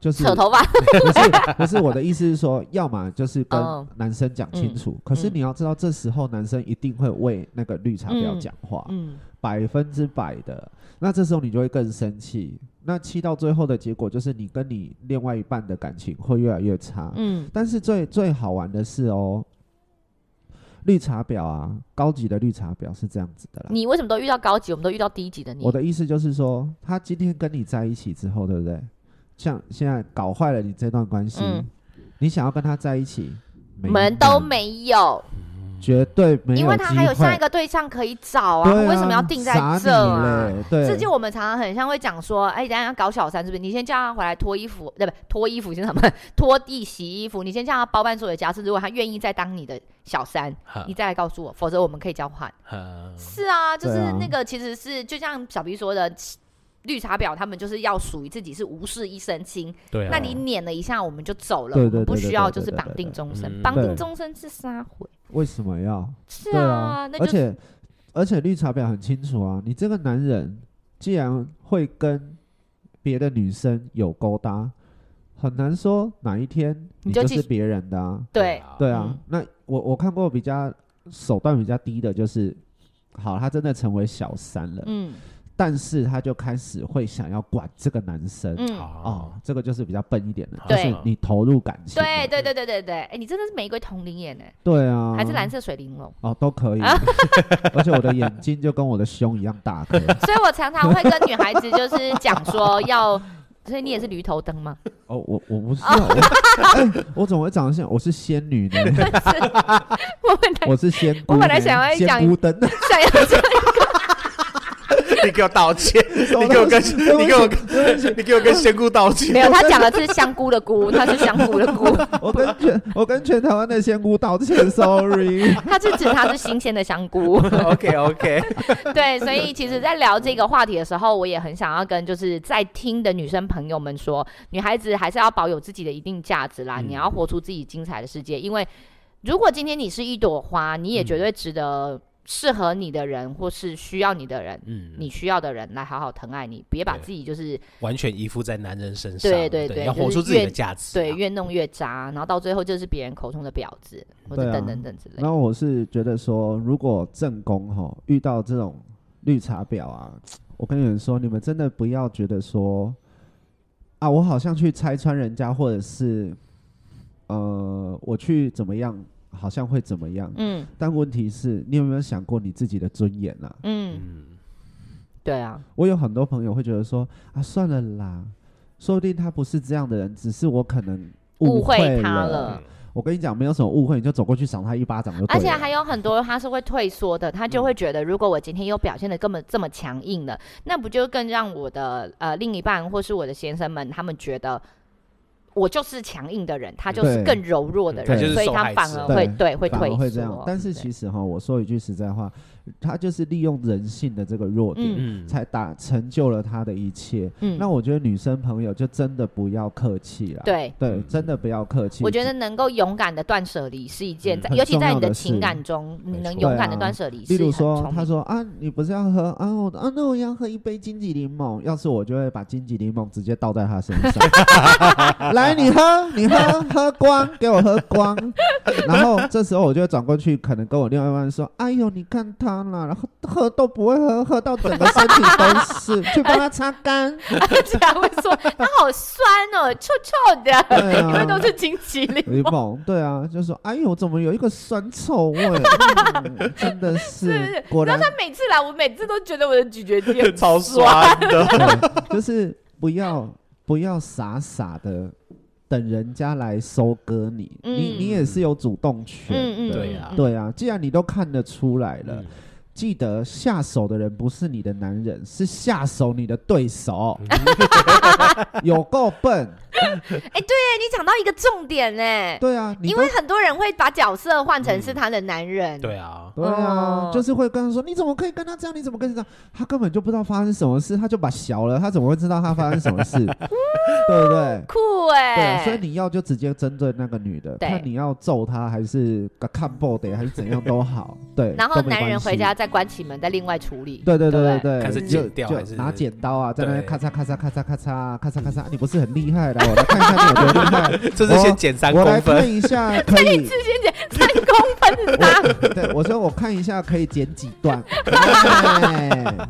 S3: 就是
S1: 扯头发？
S3: 不是不是我的意思是说，要么就是跟
S1: 哦
S3: 男生讲清楚，
S1: 嗯
S3: 可是你要知道，这时候男生一定会为那个绿茶婊讲话，
S1: 嗯，
S3: 百分之百的。那这时候你就会更生气，那气到最后的结果就是你跟你另外一半的感情会越来越差。
S1: 嗯，
S3: 但是最最好玩的是哦，绿茶婊啊，高级的绿茶婊是这样子的啦。
S1: 你为什么都遇到高级，我们都遇到低级的你？
S3: 我的意思就是说，他今天跟你在一起之后，对不对？像现在搞坏了你这段关系，
S1: 嗯
S3: 你想要跟他在一起，没
S1: 门都，没有，
S3: 绝对没有机会，
S1: 因为他还有下一个对象可以找啊，
S3: 对啊
S1: 为什么要定在
S3: 傻
S1: 这啊
S3: 你？嘞？对，
S1: 这就我们常常很像会讲说，哎，等一下要搞小三是不是？你先叫他回来脱衣服，对不脱衣服先什 (laughs) 么？拖地、洗衣服，你先叫他包办所有的家事。如果他愿意再当你的小三，
S3: 啊
S2: 哈
S1: 你再来告诉我，否则我们可以交换。
S2: 哈
S1: 是啊，就
S3: 对
S1: 是
S3: 啊
S1: 那个，其实是就像小 B 说的，绿茶婊他们就是要属于自己是无事一身轻，
S2: 对啊，
S1: 那你撵了一下我们就走了，
S3: 对
S1: 我们
S3: 对
S1: 不
S3: 对对
S1: 需要
S3: 对
S1: 就是
S3: 对
S1: 绑
S3: 对
S1: 定
S3: 对
S1: 终
S2: 嗯
S1: 身，绑
S3: 对
S1: 定终身是撒谎。
S3: 为什么要？
S1: 是
S3: 对啊，
S1: 那就
S3: 而且而且绿茶婊很清楚啊，你这个男人既然会跟别的女生有勾搭，很难说哪一天
S1: 你
S3: 你
S1: 就
S3: 就
S1: 继
S3: 是
S1: 续
S3: 别人的啊。
S1: 对，
S2: 啊
S3: 对啊，
S1: 嗯
S3: 那我我看过比较手段比较低的，就是好，他真的成为小三了，
S1: 嗯
S3: 但是他就开始会想要管这个男生。
S1: 嗯，
S3: 哦
S2: 哦，，
S3: 这个就是比较笨一点的，就
S1: 对
S3: 是你投入感情了，
S1: 对对对对对对，哎，你真的是玫瑰同龄眼哎，
S3: 对啊，
S1: 还是啊蓝色水玲珑，
S3: 哦都可以， (laughs) 而且我的眼
S1: (laughs)
S3: 睛就跟我的胸一样大颗，
S1: 所以我常常会跟女孩子就是讲说要。 (laughs) 所以你也是驴头灯吗？ (laughs)
S3: 哦，我我不是啊，我哎我怎么会长得像？我是仙女
S1: (laughs)
S3: 呢，
S1: 我本来
S3: 我是仙姑呢。
S1: 我本来想要讲
S3: 仙姑
S1: (laughs)
S3: 灯，
S1: 想要讲，
S2: 你给我道 (laughs) 歉，
S3: 么 (laughs)
S2: 你给我跟，你给我跟，你给我跟仙姑道
S1: 没
S2: 歉。
S1: 有，他讲的是香菇的菇，他是香菇的菇，
S3: 我跟全我跟全台湾的仙姑道歉，sorry。
S1: 他是指它是新鲜的香菇。
S2: OK OK，
S1: 对，所以其实，在聊这个话题的时候，我也很想要跟就是在听的女生朋友们说，女孩子还是要保有自己的一定价值啦，
S2: 嗯
S1: 你要活出自己精彩的世界。因为如果今天你是一朵花，你也绝对值得适合你的人，或是需要你的人。
S2: 嗯，
S1: 你需要的人来好好疼爱你，别把
S2: 对
S1: 自己就是
S2: 完全依附在男人身上，
S1: 对对
S2: 对
S1: 对
S2: 要
S1: 就是
S2: 活出自己
S1: 越
S2: 的价值啊。
S1: 对越弄越渣，然后到最后就是别人口中的婊子，或者
S3: 对啊
S1: 等等等之类
S3: 然
S1: 的。
S3: 后我是觉得说，如果正宫哈遇到这种绿茶婊啊，我跟你们说，你们真的不要觉得说啊，我好像去拆穿人家，或者是呃，我去怎么样，好像会怎么样。
S1: 嗯
S3: 但问题是，你有没有想过你自己的尊严啊？
S1: 嗯，
S2: 嗯，
S1: 对啊，
S3: 我有很多朋友会觉得说啊，算了啦，说不定他不是这样的人，只是我可能
S1: 误会
S3: 会
S1: 他了
S3: 了。我跟你讲，没有什么误会，你就走过去赏他一巴掌就对
S1: 而
S3: 了。嗯
S1: 且还有很多他是会退缩的，他就会觉得，如果我今天又表现的根本这么强硬了，那不就更让我的呃另一半或是我的先生们他们觉得。我就是强硬的人，他就是
S3: 对
S1: 更柔弱的
S2: 他
S1: 人
S2: 就是，
S1: 所以
S2: 受
S1: 他
S2: 害
S1: 反
S2: 者
S1: 而会
S3: 对
S1: 对会
S3: 反而
S1: 退
S3: 会这样
S1: 缩。。
S3: 但是
S1: 对
S3: 其实哈，我说一句实在话，他就是利用人性的这个弱点，
S2: 嗯，
S3: 才打成就了他的一切。
S1: 嗯，
S3: 那我觉得女生朋友就真的不要客气了，
S1: 对，
S3: 对
S2: 嗯，
S3: 真的不要客气。
S1: 我觉得能够勇敢的断舍离是一件，
S2: 嗯
S1: 在
S3: 很
S1: 尤其
S3: 重
S1: 在
S3: 要
S1: 你的
S3: 的
S1: 情
S3: 事
S1: 感中，你
S2: 没
S1: 能
S2: 错
S1: 勇
S3: 对
S1: 敢的
S3: 啊
S1: 断舍离是
S3: 例
S1: 很
S3: 如
S1: 聪
S3: 说，
S1: 明
S3: 他说啊，你不是要喝啊？我啊，那我要喝一杯金桔柠檬。要是我就会把金桔柠檬直接倒在他身上。
S1: (laughs)
S3: (laughs) 来，你喝，你喝，喝光，给我喝光。然后这时候我就会转过去，可能跟我另外一半说：“哎呦，你看他啦，然后喝都不会喝，喝到整个身体都是，去帮他擦干。
S1: (laughs) 这样会说他好酸哦，臭臭
S3: (laughs)
S1: 的，
S3: 对啊
S1: (laughs) 因为都是金
S3: (laughs)
S1: 麒麟。
S3: 柠檬，对啊，就说：“哎呦，怎么有一个酸臭味？嗯真
S1: (laughs)
S3: 的
S1: 是
S3: 是，果
S1: 然
S3: 然
S1: 后他每次来，我每次都觉得我的咀嚼肌
S3: (laughs)
S1: 很
S2: 超酸的。
S3: 对， (laughs) 就是不要不要傻傻的等人家来收割你，你
S1: 嗯
S3: 你也是有主动权
S1: 嗯嗯，
S3: 的。
S2: 对啊
S1: 嗯
S3: 对啊，既然你都看得出来了，
S2: 嗯
S3: 记得下手的人不是你的男人，是下手你的对
S2: 嗯
S3: 手， (laughs) 有够笨。
S1: 哎，你讲到一个重点呢，
S3: 对啊，你
S1: 因
S3: 都
S1: 为很多人会把角色换成是他的男人，
S2: 对啊，
S3: 对啊
S1: 哦，
S3: 就是会跟他说，你怎么可以跟他这样？你怎么跟他这样？他根本就不知道发生什么事，他就把小了，他怎么会知道他发生什
S1: (laughs)
S3: 么事？对不对？
S1: 酷
S3: 对，啊所以
S1: 哎，
S3: 你要就直接针对那个女的，
S1: 对
S3: 看你要揍她还是看 b o 的，还是怎样都好，对。
S1: 然后
S3: 都没
S1: 男人
S3: 关系
S1: 回家，再关起门，再另外处理。
S3: 对对
S1: 对
S3: 对
S1: 不对，
S3: 对对，
S2: 看是
S3: 就
S2: 剪掉
S3: 就
S2: 还是
S3: 拿剪刀啊，在那边
S2: 对
S3: 咔嚓咔嚓咔嚓咔嚓咔嚓咔嚓，啊你不是很厉害的，来我来看一下你有多厉害。
S2: (laughs) 这是先减三
S3: 我来
S2: 公
S3: 看
S2: 分，
S3: 一下，
S1: (laughs)
S3: 可以，
S1: 先姐三公分是他，
S3: 对我说我看一下可以剪几段，哎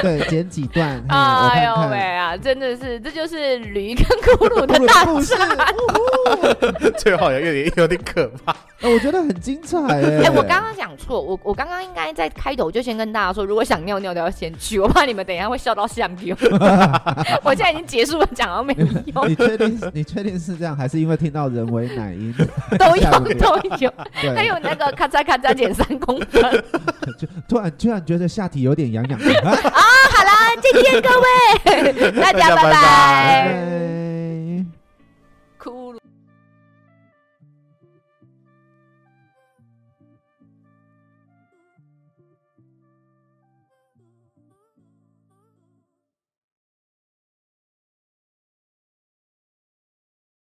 S3: 对，剪几段，嘿我
S1: 哎呦
S3: 看
S1: 喂
S3: 看。
S1: 啊，真的是，这就是驴跟咕噜的
S3: 我
S1: 大
S3: 的故事， (laughs)
S2: (laughs) 最后好像有点有点可怕。
S3: 呃我觉得很精彩哎
S1: 哎、我刚刚讲错，我我刚刚应该在开头就先跟大家说，如果想尿尿的要先去，我怕你们等一下会笑到像丢。 (laughs) 我现在已经结束了，讲到没用，
S3: 你确定？你确定是这样，还是因为听到人为奶音？
S1: (laughs) 都有
S3: 吓我一跳
S1: 都有，
S3: 对，
S1: 还有那个咔嚓咔嚓减三公分。好
S3: (laughs) 就突然突然觉得下体有点痒痒的。啊
S1: 啦，今天各位大家 (laughs)
S2: 大家
S1: 拜
S2: 拜拜